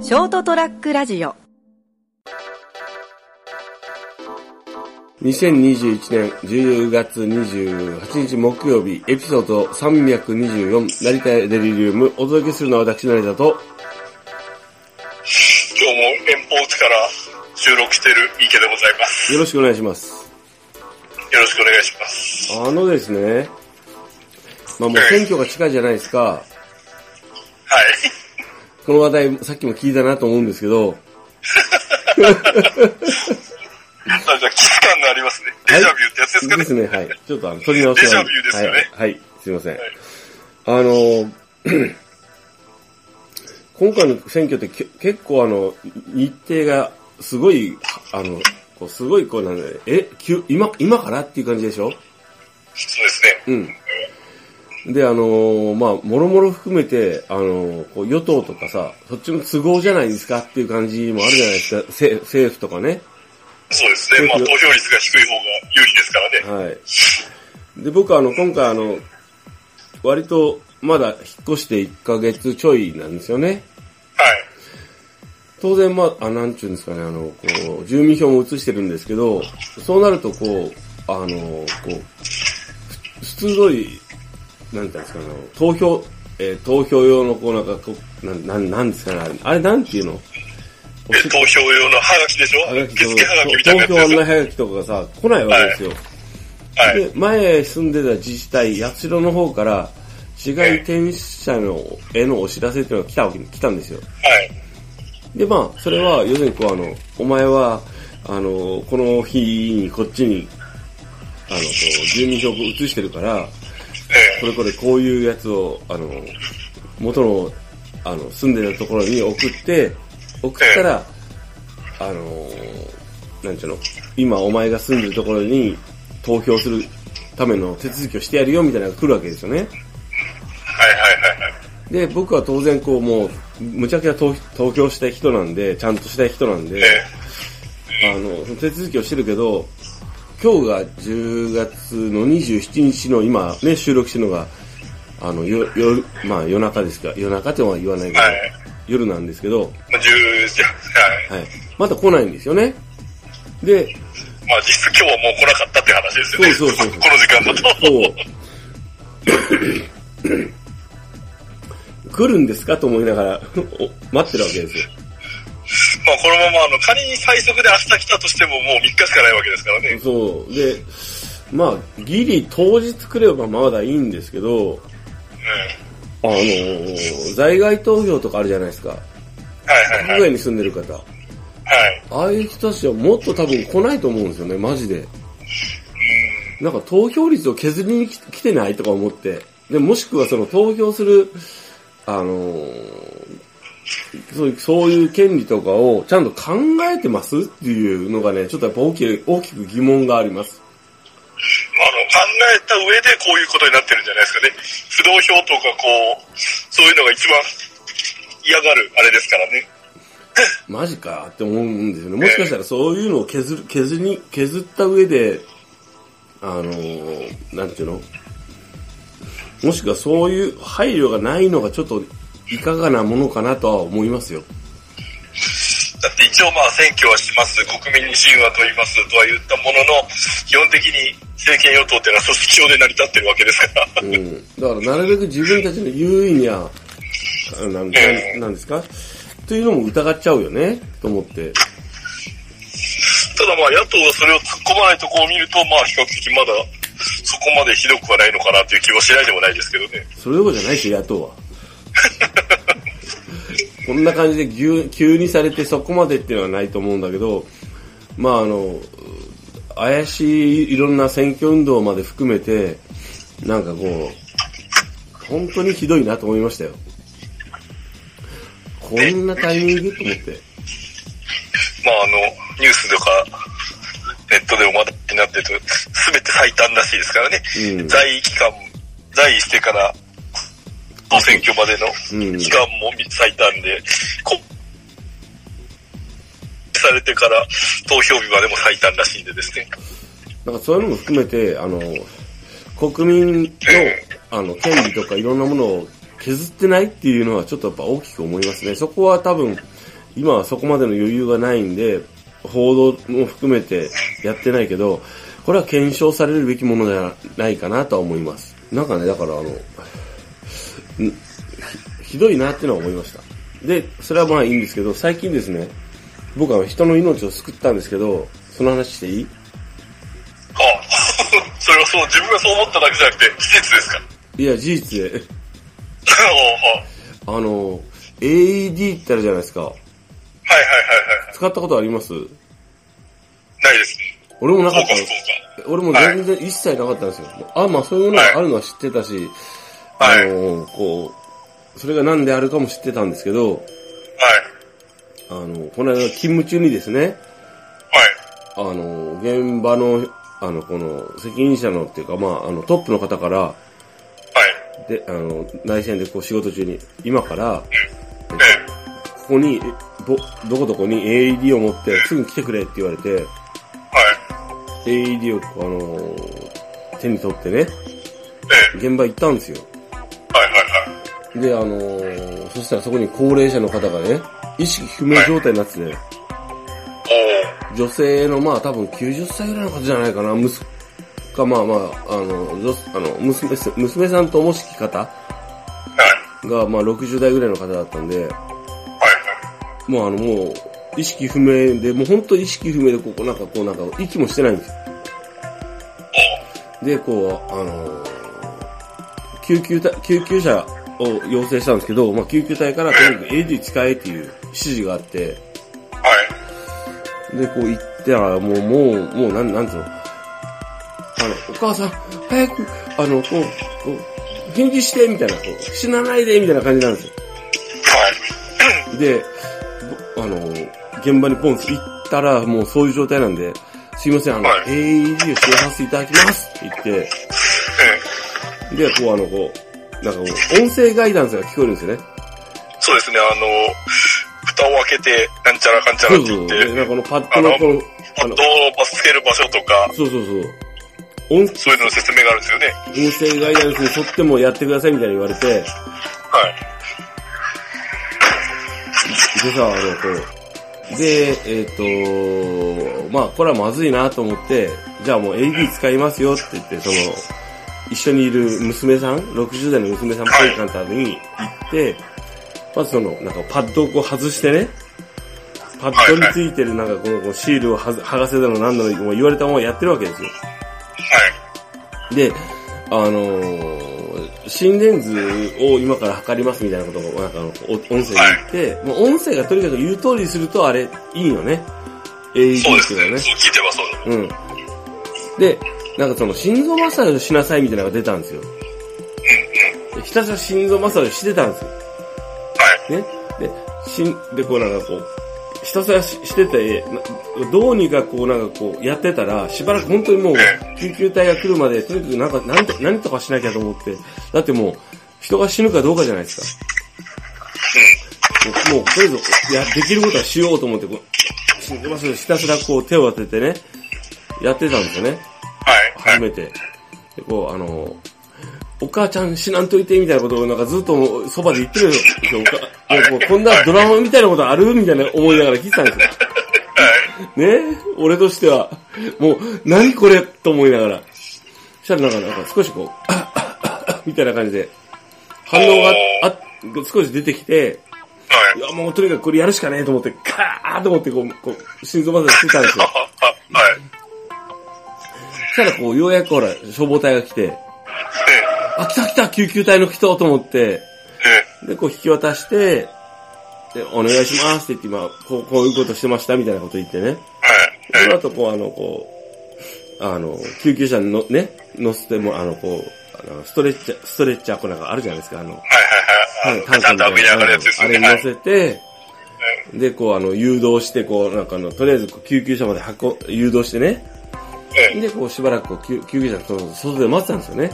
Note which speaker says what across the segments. Speaker 1: ショートトラックラジオ
Speaker 2: 2021年10月28日木曜日、エピソード324、成田デリリウム、お届けするのは私、成田と、
Speaker 3: 今日も遠方地から収録している池でございます。
Speaker 2: よろしくお願いします。
Speaker 3: よろしくお願いします。
Speaker 2: あのですね、まあもう選挙が近いじゃないですか、
Speaker 3: はい。
Speaker 2: この話題、さっきも聞いたなと思うんですけど、
Speaker 3: なんか危機感がありますね。デジャビューってやつですか
Speaker 2: で
Speaker 3: ね。
Speaker 2: すね、はい。ちょっとあの、取り直し
Speaker 3: デジャビュですよね
Speaker 2: はい、はい、すいません。あの、 今回の選挙ってけ結構あの、日程がすごい、あの、こうすごいこうなんだよねえ、急今、今からっていう感じでしょ
Speaker 3: そうですね。
Speaker 2: うん。で、あのまあ、もろもろ含めて、あのこう与党とかさ、そっちの都合じゃないですかっていう感じもあるじゃないですか、せ政府とかね。
Speaker 3: そうですね。まあ投票率が低い方が有利ですからね。
Speaker 2: はい。で、僕はあの、今回あの、割とまだ引っ越して1ヶ月ちょいなんですよね。
Speaker 3: はい。
Speaker 2: 当然まあ、あなんちゅうんですかね、あの、こう、住民票も移してるんですけど、そうなるとこう、あの、こう、ふ普通通り、なんていうんですかね、あの投票、えー投票用のこうなんかこう、なん、なん、なんですかね、あれあれなんていうの
Speaker 3: え投票用のハガキでしょ
Speaker 2: は
Speaker 3: 受
Speaker 2: がきと
Speaker 3: 付ハガキみたいな
Speaker 2: 投
Speaker 3: や
Speaker 2: 票
Speaker 3: つで
Speaker 2: 案内
Speaker 3: すよ
Speaker 2: はがきとかがさ、来ないわけですよ。
Speaker 3: はい。
Speaker 2: で、前住んでた自治体、八代の方から、市街転出者のへのお知らせっていうのが来たわけ、来たんですよ。
Speaker 3: はい。
Speaker 2: で、まあ、それは、要するにこう、あの、お前は、あの、この日にこっちに、あの、こう、住民票を移してるから、
Speaker 3: ええ
Speaker 2: これこれこういうやつを、あの、元の、あの、住んでるところに送って、送ったら、あの、なんちゅうの、今お前が住んでるところに投票するための手続きをしてやるよみたいなのが来るわけですよね。
Speaker 3: はいはいはいはい。
Speaker 2: で、僕は当然こうもう、むちゃくちゃ投投票したい人なんで、ちゃんとしたい人なんで
Speaker 3: え、え
Speaker 2: あの、その手続きをしてるけど、今日が10月の27日の今ね、収録してるのが、あの、よ、よ、まあ夜中ですか、夜中っては言わないけど、
Speaker 3: はい
Speaker 2: 夜なんですけど、はい。
Speaker 3: まあ10時、はい。
Speaker 2: まだ来ないんですよね。で、
Speaker 3: まあ実質今日はもう来なかったって話ですよね。
Speaker 2: そうそうそうそう
Speaker 3: この時間だと。
Speaker 2: こう、 来るんですかと思いながら、お待ってるわけですよ。
Speaker 3: まあこのままあの仮に最速で明日来たとしてももう3日しかないわけですからね。
Speaker 2: そう。で、まあ、ギリ当日来ればまだいいんですけど、
Speaker 3: う
Speaker 2: あのー在外投票とかあるじゃないですか。
Speaker 3: ん。はいはいは
Speaker 2: 国
Speaker 3: い。
Speaker 2: 外に住んでる方。
Speaker 3: はい。
Speaker 2: ああいう人たちはもっと多分来ないと思うんですよね、マジで。なんか投票率を削りに来来てないとか思って。で、もしくはその投票する、あのーそういう、そういう権利とかをちゃんと考えてますっていうのがね、ちょっとやっぱ大きい大きく疑問があります。
Speaker 3: あの、考えた上でこういうことになってるんじゃないですかね。不動票とかこう、そういうのが一番嫌がるあれですからね。
Speaker 2: マジかって思うんですよね。もしかしたらそういうのを削る、削りに、削った上で、あのーなんていうのもしくはそういう配慮がないのがちょっといかがなものかなとは思いますよ。
Speaker 3: だって一応まあ選挙はします、国民に親和と言いますとは言ったものの、基本的に政権与党っていうのは組織票で成り立ってるわけです から。
Speaker 2: うん。だからなるべく自分たちの優位には、あなんなんなんですかというのも疑っちゃうよねと思って。
Speaker 3: ただまあ野党はそれを突っ込まないとこを見ると、まあ比較的まだそこまでひどくはないのかなという気もしないでもないですけどね。
Speaker 2: それどころじゃないですよ、野党は。 こんな感じでぎゅ急にされてそこまでっていうのはないと思うんだけど、まああの、怪しいいろんな選挙運動まで含めて、なんかこう、本当にひどいなと思いましたよ。こんなタイミングと思って。
Speaker 3: まああの、ニュースとか、ネットでお待ちになってると、すべて最短らしいですからね。
Speaker 2: うん
Speaker 3: 在位期間、在位してから、総選挙までの
Speaker 2: うん
Speaker 3: 期間も最短で、こされてから投票日までも最短らしいんでですね。
Speaker 2: なんかそういうのも含めて、あの、国民の、あの、権利とかいろんなものを削ってないっていうのはちょっとやっぱ大きく思いますね。そこは多分、今はそこまでの余裕がないんで、報道も含めてやってないけど、これは検証されるべきものではないかなとは思います。なんかね、だからあの、んひひどいなってのは思いました。で、それはまあいいんですけど、最近ですね、僕は人の命を救ったんですけど、その話していい
Speaker 3: はあ、 それはそう、自分がそう思っただけじゃなくて、事実ですか。
Speaker 2: いや、事実で、
Speaker 3: は
Speaker 2: あの、AED ってあるじゃないですか。
Speaker 3: あはいはいはいは
Speaker 2: 使ったことあります
Speaker 3: い。ないです。
Speaker 2: 俺もな
Speaker 3: そ
Speaker 2: か
Speaker 3: う
Speaker 2: った
Speaker 3: か
Speaker 2: んで
Speaker 3: そう
Speaker 2: す。
Speaker 3: か。
Speaker 2: 俺も全然一切なかったんですよ。あ、まあそういうものがあるのは知ってたし、
Speaker 3: はい
Speaker 2: あの、こう、それが何であるかも知ってたんですけど、
Speaker 3: はい。
Speaker 2: あの、この間勤務中にですね、
Speaker 3: はい。
Speaker 2: あの、現場の、あの、この、責任者のっていうか、まあ、あの、トップの方から、
Speaker 3: はい。
Speaker 2: で、あの、内線でこう仕事中に、今から、
Speaker 3: え
Speaker 2: ここに、えど、どこどこに AED を持って、すぐ来てくれって言われて、
Speaker 3: え。はい。
Speaker 2: AED を、あの手に取ってね、
Speaker 3: え
Speaker 2: 現場行ったんですよ。
Speaker 3: え。はいはいはい。
Speaker 2: で、あのーそしたらそこに高齢者の方がね、意識不明状態になってて、
Speaker 3: おー。
Speaker 2: 女性のまあ多分90歳ぐらいの方じゃないかな、息子かまあまあ、あの、女あの娘さん娘さんとおもしき方
Speaker 3: はい。
Speaker 2: がまあ60代ぐらいの方だったんで、
Speaker 3: はい
Speaker 2: もうあのもう、意識不明で、もうほんと意識不明で、ここなんかこうなんか息もしてないんですよ。で、こう、あのー救急隊、救急車を要請したんですけど、まあ救急隊からとにかく AD 使えっていう指示があって、
Speaker 3: はい。はい。
Speaker 2: で、こう行ったら、もう、もう、もう、なん、なんつうの。あの、お母さん、早く、あの、こう、こう、返事して、みたいな、こう、死なないで、みたいな感じなんですよ。
Speaker 3: はい。
Speaker 2: で、ぼあの、現場にポンって行ったら、もうそういう状態なんで、すいません、あの、
Speaker 3: はい
Speaker 2: AED を使用させていただきますって言って、
Speaker 3: ええ。
Speaker 2: で、こうあの、こう、なんかこう、音声ガイダンスが聞こえるんですよね。
Speaker 3: そうですね、あの、蓋を開けて、なんちゃらかんちゃ
Speaker 2: そ
Speaker 3: ら
Speaker 2: う
Speaker 3: って
Speaker 2: そ
Speaker 3: 言
Speaker 2: う。
Speaker 3: っ
Speaker 2: で、な
Speaker 3: て、
Speaker 2: んかこのパッドのこの、
Speaker 3: パ
Speaker 2: あ
Speaker 3: ッ
Speaker 2: の
Speaker 3: ド、をパスつける場所とか、
Speaker 2: そうそうそう。音、音
Speaker 3: そういうのの説明があるんですよね。
Speaker 2: 声ガイダンスに沿ってもやってくださいみたいに言われて、
Speaker 3: はい。
Speaker 2: でさ、あの、こう。で、えっ、とまあ、これはまずいなと思って、じゃあもう AD 使いますよって言って、その、一緒にいる娘さん、60代の娘さんっぽいカンタに行って、まずその、なんかパッドをこう外してね、パッドについてるなんかこのこうシールをはず剥がせだの何だのもう言われたままやってるわけですよ。
Speaker 3: はい。
Speaker 2: で、あのー、心電図を今から測りますみたいなことを、なんかあの、お音声で言って、もう音声がとにかく言う通りにするとあれ、いいよね。AED
Speaker 3: そうで
Speaker 2: って
Speaker 3: す
Speaker 2: いうの
Speaker 3: ね、
Speaker 2: はね。
Speaker 3: そう聞いてばそうだ。
Speaker 2: うん。で、なんかその、心臓マッサージをしなさいみたいなのが出たんですよ。でひたすら心臓マッサージしてたんですよ。
Speaker 3: はい。
Speaker 2: ね。で、しん、で、こうなんかこう、ひたすらししてて、などうにかこうなんかこうやってたら、しばらく本当にもう救急隊が来るまで、とにかくなんか、なんと、何とかしなきゃと思って、だってもう、人が死ぬかどうかじゃないですか。もう、もうとりあえず、や、できることはしようと思って、こう、死んでますよひたすらこう手を当ててね、やってたんですよね。
Speaker 3: はい。はい。
Speaker 2: 初めて。で、こう、あの、お母ちゃん死なんといてみたいなことをなんかずっとそばで言ってるんですよ。おかいやもうこんなドラマみたいなことあるみたいな思いながら聞いてたんですよ。ね俺としては、もう、何これと思いながら。そしたらなんか、なんか少しこう、あっあっあっみたいな感じで、反応があっ、少し出てきて、
Speaker 3: はい
Speaker 2: い。やもうとにかくこれやるしかねえと思って、カーッと思ってこう、こう、心臓マッサージしてたんですよ。
Speaker 3: はい。
Speaker 2: そしたらこう、ようやくほら、消防隊が来て、あ、来た来た、救急隊の人と思って、
Speaker 3: ええ。
Speaker 2: で、こう引き渡して、で、お願いしますって言って、今、こう、こういうことしてましたみたいなこと言ってね。
Speaker 3: はい。
Speaker 2: その後、こう、あの、こう、あの、救急車にの、ね、乗せても、あの、こう、あのストレッチャー、ストレッチャー、こうなんかあるじゃないですか、あの、
Speaker 3: はいはいはい。あ
Speaker 2: タ
Speaker 3: の、タ
Speaker 2: ン
Speaker 3: ン
Speaker 2: ク
Speaker 3: タン
Speaker 2: み
Speaker 3: み
Speaker 2: た
Speaker 3: た
Speaker 2: い
Speaker 3: い
Speaker 2: なあ
Speaker 3: なやつですよ
Speaker 2: れ
Speaker 3: ね。
Speaker 2: に
Speaker 3: は
Speaker 2: 乗
Speaker 3: い。
Speaker 2: せて、で、こう、あの、誘導して、こう、なんかあの、とりあえず、こう救急車まで運、誘導してね。
Speaker 3: ええ。
Speaker 2: で、こう、しばらく、こう、救救急車のその外で待ってたんですよね。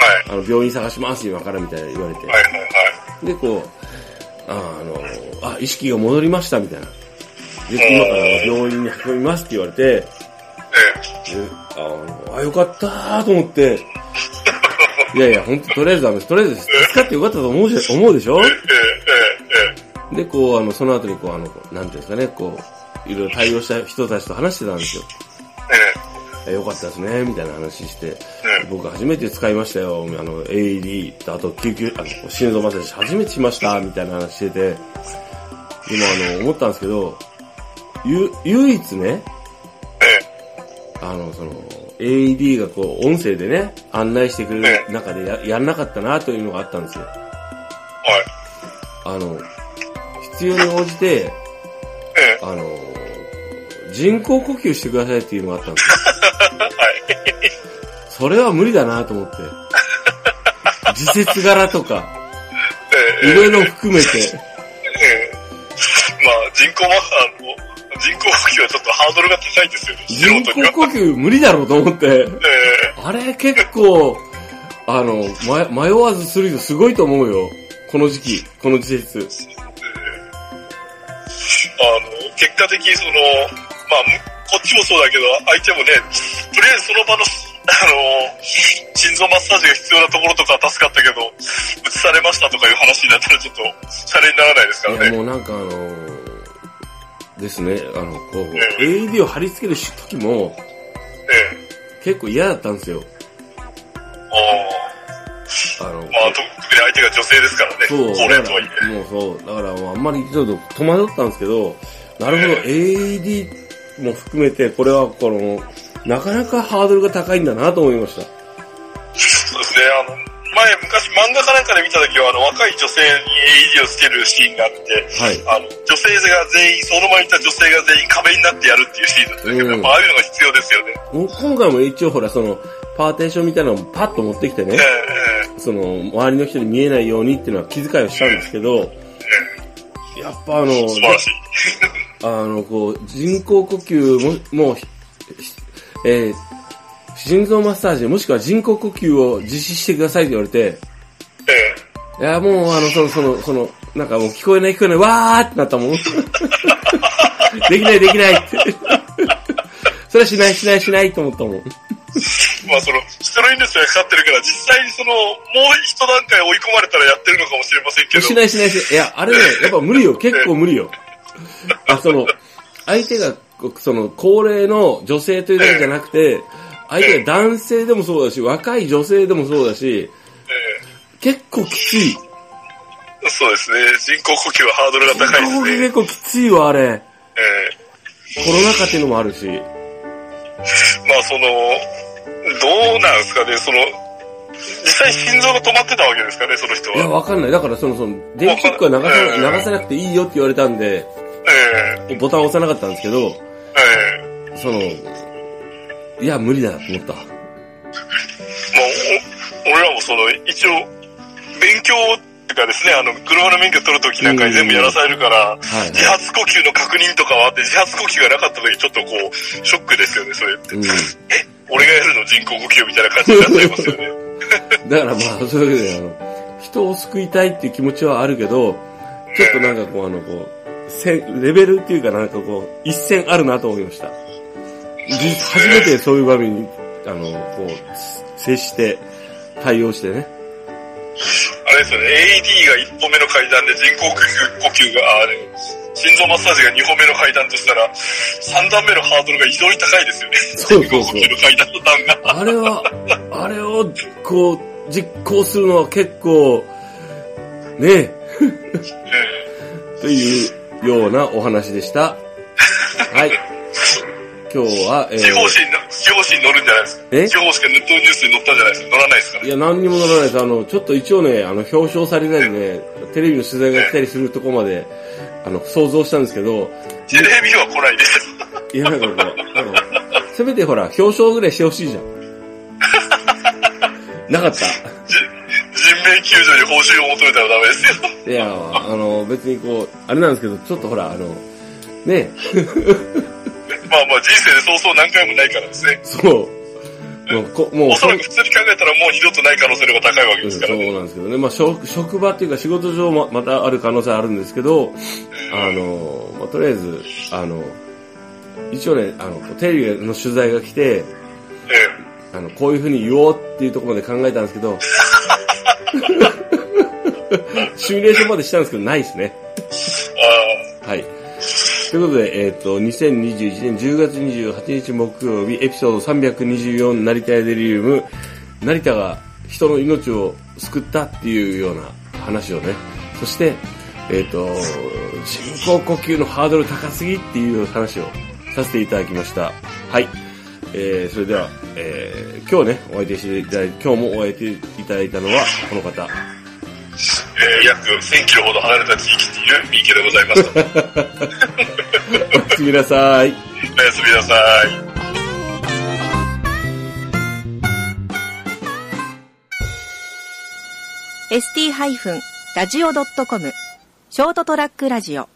Speaker 3: はい。
Speaker 2: あの、病院探します、今から、みたいな言われて。
Speaker 3: はいはいはい。
Speaker 2: で、こう、ああの、あ、意識が戻りましたみたいな。で、今から病院に運びますって言われて、で
Speaker 3: え
Speaker 2: あの、あ、よかったーと思って、いやいや、ほんと、とりあえずあの、とりあえず、使ってよかったと思うじゃ、思うでしょ
Speaker 3: え。ええ。ええ。
Speaker 2: で、こう、あの、その後にこう、あの、なんていうんですかね、こう、いろいろ対応した人たちと話してたんですよ。
Speaker 3: え
Speaker 2: えよかったですね、みたいな話して、
Speaker 3: え
Speaker 2: 僕初めて使いましたよ、あの、AED とあと救急、あの、心臓マッサージ初めてしました、みたいな話してて、でもあの、思ったんですけど、ゆ、唯一ね、
Speaker 3: え
Speaker 2: あの、その、AED がこう、音声でね、案内してくれる中でや、やんなかったな、というのがあったんですよ。
Speaker 3: はい。
Speaker 2: あの、必要に応じて、
Speaker 3: ええ
Speaker 2: あの、人工呼吸してくださいっていうのがあったんですよ。
Speaker 3: はい。
Speaker 2: それは無理だなと思って。自節柄とか、い
Speaker 3: ええ
Speaker 2: ろいろ含めて、
Speaker 3: ええまあ、人工マッサージも、人工呼吸はちょっとハードルが高いですよね。
Speaker 2: 人
Speaker 3: 素人には。
Speaker 2: 工呼吸無理だろうと思って、
Speaker 3: え
Speaker 2: あれ結構、あの、ま、迷わずする人すごいと思うよ。この時期、この時節。
Speaker 3: あの、結果的にその、まあ、むこっちもそうだけど、相手もね、とりあえずその場の、あの、心臓マッサージが必要なところとかは助かったけど、移されましたとかいう話になったらちょっと、シャレにならないですか
Speaker 2: い
Speaker 3: ら
Speaker 2: や
Speaker 3: ね。
Speaker 2: もうなんかあのですね、あの、こう、AED を貼り付ける時も
Speaker 3: ええ
Speaker 2: 結構嫌だったんですよ。
Speaker 3: あ
Speaker 2: あの、
Speaker 3: あまあ、と特に相手が女性ですからね。
Speaker 2: そう、
Speaker 3: 高
Speaker 2: だ
Speaker 3: 齢
Speaker 2: か
Speaker 3: とはいえ。
Speaker 2: ら、もうそう、だからもうあんまりちょっと戸惑ったんですけど、なるほど、AED も含めて、これはこの、なかなかハードルが高いんだなと思いました。
Speaker 3: そうですね、あの、前、昔漫画かなんかで見た時は、あの、若い女性に AED をつけるシーンがあって、
Speaker 2: はい。
Speaker 3: あの、女性が全員、その前にいた女性が全員壁になってやるっていうシーンだったんだけど、
Speaker 2: うん
Speaker 3: やっぱああいうのが必要ですよね。
Speaker 2: もう今回も一応ほら、その、パーテーションみたいなのをパッと持ってきてね
Speaker 3: え、
Speaker 2: その、周りの人に見えないようにっていうのは気遣いをしたんですけど、やっぱあの、
Speaker 3: え素晴らしい。
Speaker 2: あの、こう、人工呼吸も、もう、ひひえー心臓マッサージもしくは人工呼吸を実施してくださいって言われて、
Speaker 3: ええ
Speaker 2: いや、もう、あの、その、その、その、なんかもう聞こえない聞こえない、わーってなったもん。 できないできないって。 それはしないしないしないと思ったもん。
Speaker 3: まあその、ステロイドスがかかってるから、実際にその、もう一段階追い込まれたらやってるのかもしれませんけど、
Speaker 2: しないしないしない。いや、あれね、やっぱ無理よ。結構無理よ。あ、その、相手が、こその、高齢の女性というだけじゃなくて、相手が男性でもそうだし、若い女性でもそうだし、
Speaker 3: え
Speaker 2: 結構きつい。
Speaker 3: えそうですね、人工呼吸はハードルが高いです
Speaker 2: これ
Speaker 3: ね。
Speaker 2: 結構きついわ、あれ。
Speaker 3: ええ
Speaker 2: コロナ禍っていうのもあるし。
Speaker 3: まあその、どうなんですかね、その、実際心臓が止まってたわけですかね、その人
Speaker 2: いや、
Speaker 3: は。
Speaker 2: わかんない。だから、その、その、電気ショックは流
Speaker 3: わかん
Speaker 2: さ
Speaker 3: ない
Speaker 2: 流さなくていいよって言われたんで、
Speaker 3: え
Speaker 2: ボタン押さなかったんですけど、
Speaker 3: ええ
Speaker 2: その、いや、無理だと思った。
Speaker 3: えまあ、お俺らもその、一応、勉強っていうかですね、あの、車の免許取るときなんかに全部やらされるから、
Speaker 2: はい。
Speaker 3: 自発呼吸の確認とかはあって、自発呼吸がなかったときちょっとこう、ショックですよね、それって。
Speaker 2: うん。
Speaker 3: え、俺がやるの人工呼吸みたいな感じになっちゃいますよね。
Speaker 2: だからまあ、そういうわけで、あの、人を救いたいっていう気持ちはあるけど、ちょっとなんかこう、あの、こう、線、レベルっていうかなんかこう、一線あるなと思いました。じ初めてそういう場面に、あの、こう、接して、対応してね。
Speaker 3: あれですよね、AED が1歩目の階段で人工呼吸呼吸が、あれ、心臓マッサージが2歩目の階段としたら、3段目のハードルが異常に高いですよね。
Speaker 2: そうそうそう
Speaker 3: 人工呼吸の階段の段が。
Speaker 2: あれは、あれを、こう、実行するのは結構、ねえ、
Speaker 3: え
Speaker 2: というようなお話でした。はい。今日は、え
Speaker 3: え地方
Speaker 2: ー、
Speaker 3: 紙にな、地方紙に乗るんじゃないですか。
Speaker 2: え
Speaker 3: 地方紙がネットニュースに載ったんじゃないですか。乗らないですから
Speaker 2: い。や、何にもならないです。あの、ちょっと一応ね、あの、表彰されたりね、テレビの取材が来たりするとこまで、あの、想像したんですけど、
Speaker 3: テレビは来ないです。
Speaker 2: いや、なんかこう、なんか、せめてほら、表彰ぐらいしてほしいじゃん。なかった。
Speaker 3: 人命救助に報酬を求めたらダメです
Speaker 2: い
Speaker 3: よ。
Speaker 2: や、あの、別にこう、あれなんですけど、ちょっとほら、あの、ね、
Speaker 3: まあまあ人生でそうそう何回もないからですね。
Speaker 2: そう、もう、こもう
Speaker 3: お、そらく普通に考えたらもう二度とない可能性の方が高いわ
Speaker 2: う
Speaker 3: けで
Speaker 2: ん
Speaker 3: す
Speaker 2: そう
Speaker 3: からね。
Speaker 2: なんですけどね。まあ、職職場っていうか仕事上もまたある可能性あるんですけど、あの、まあ、とりあえず、あの、一応ね、あの、テレビの取材が来て、
Speaker 3: ええ
Speaker 2: あの、こういうふうに言おうっていうところまで考えたんですけど、シミュレーションまでしたんですけど、ないですね。
Speaker 3: あ
Speaker 2: はい。ということで、えっ、と、2021年10月28日木曜日、エピソード324、成田エデリウム、成田が人の命を救ったっていうような話をね、そして、えっ、と、人工呼吸のハードル高すぎっていう話をさせていただきました。はい。えー、それでは、えー、今日ね、お相手していただい今日もお相手いただいたのは、この方。
Speaker 3: ーえー約1000キロほど離れた地域にいる三池でございました。
Speaker 2: おやすみなさい。
Speaker 3: おやすみなさい。
Speaker 1: ST-radio.com ショートトラックラジオ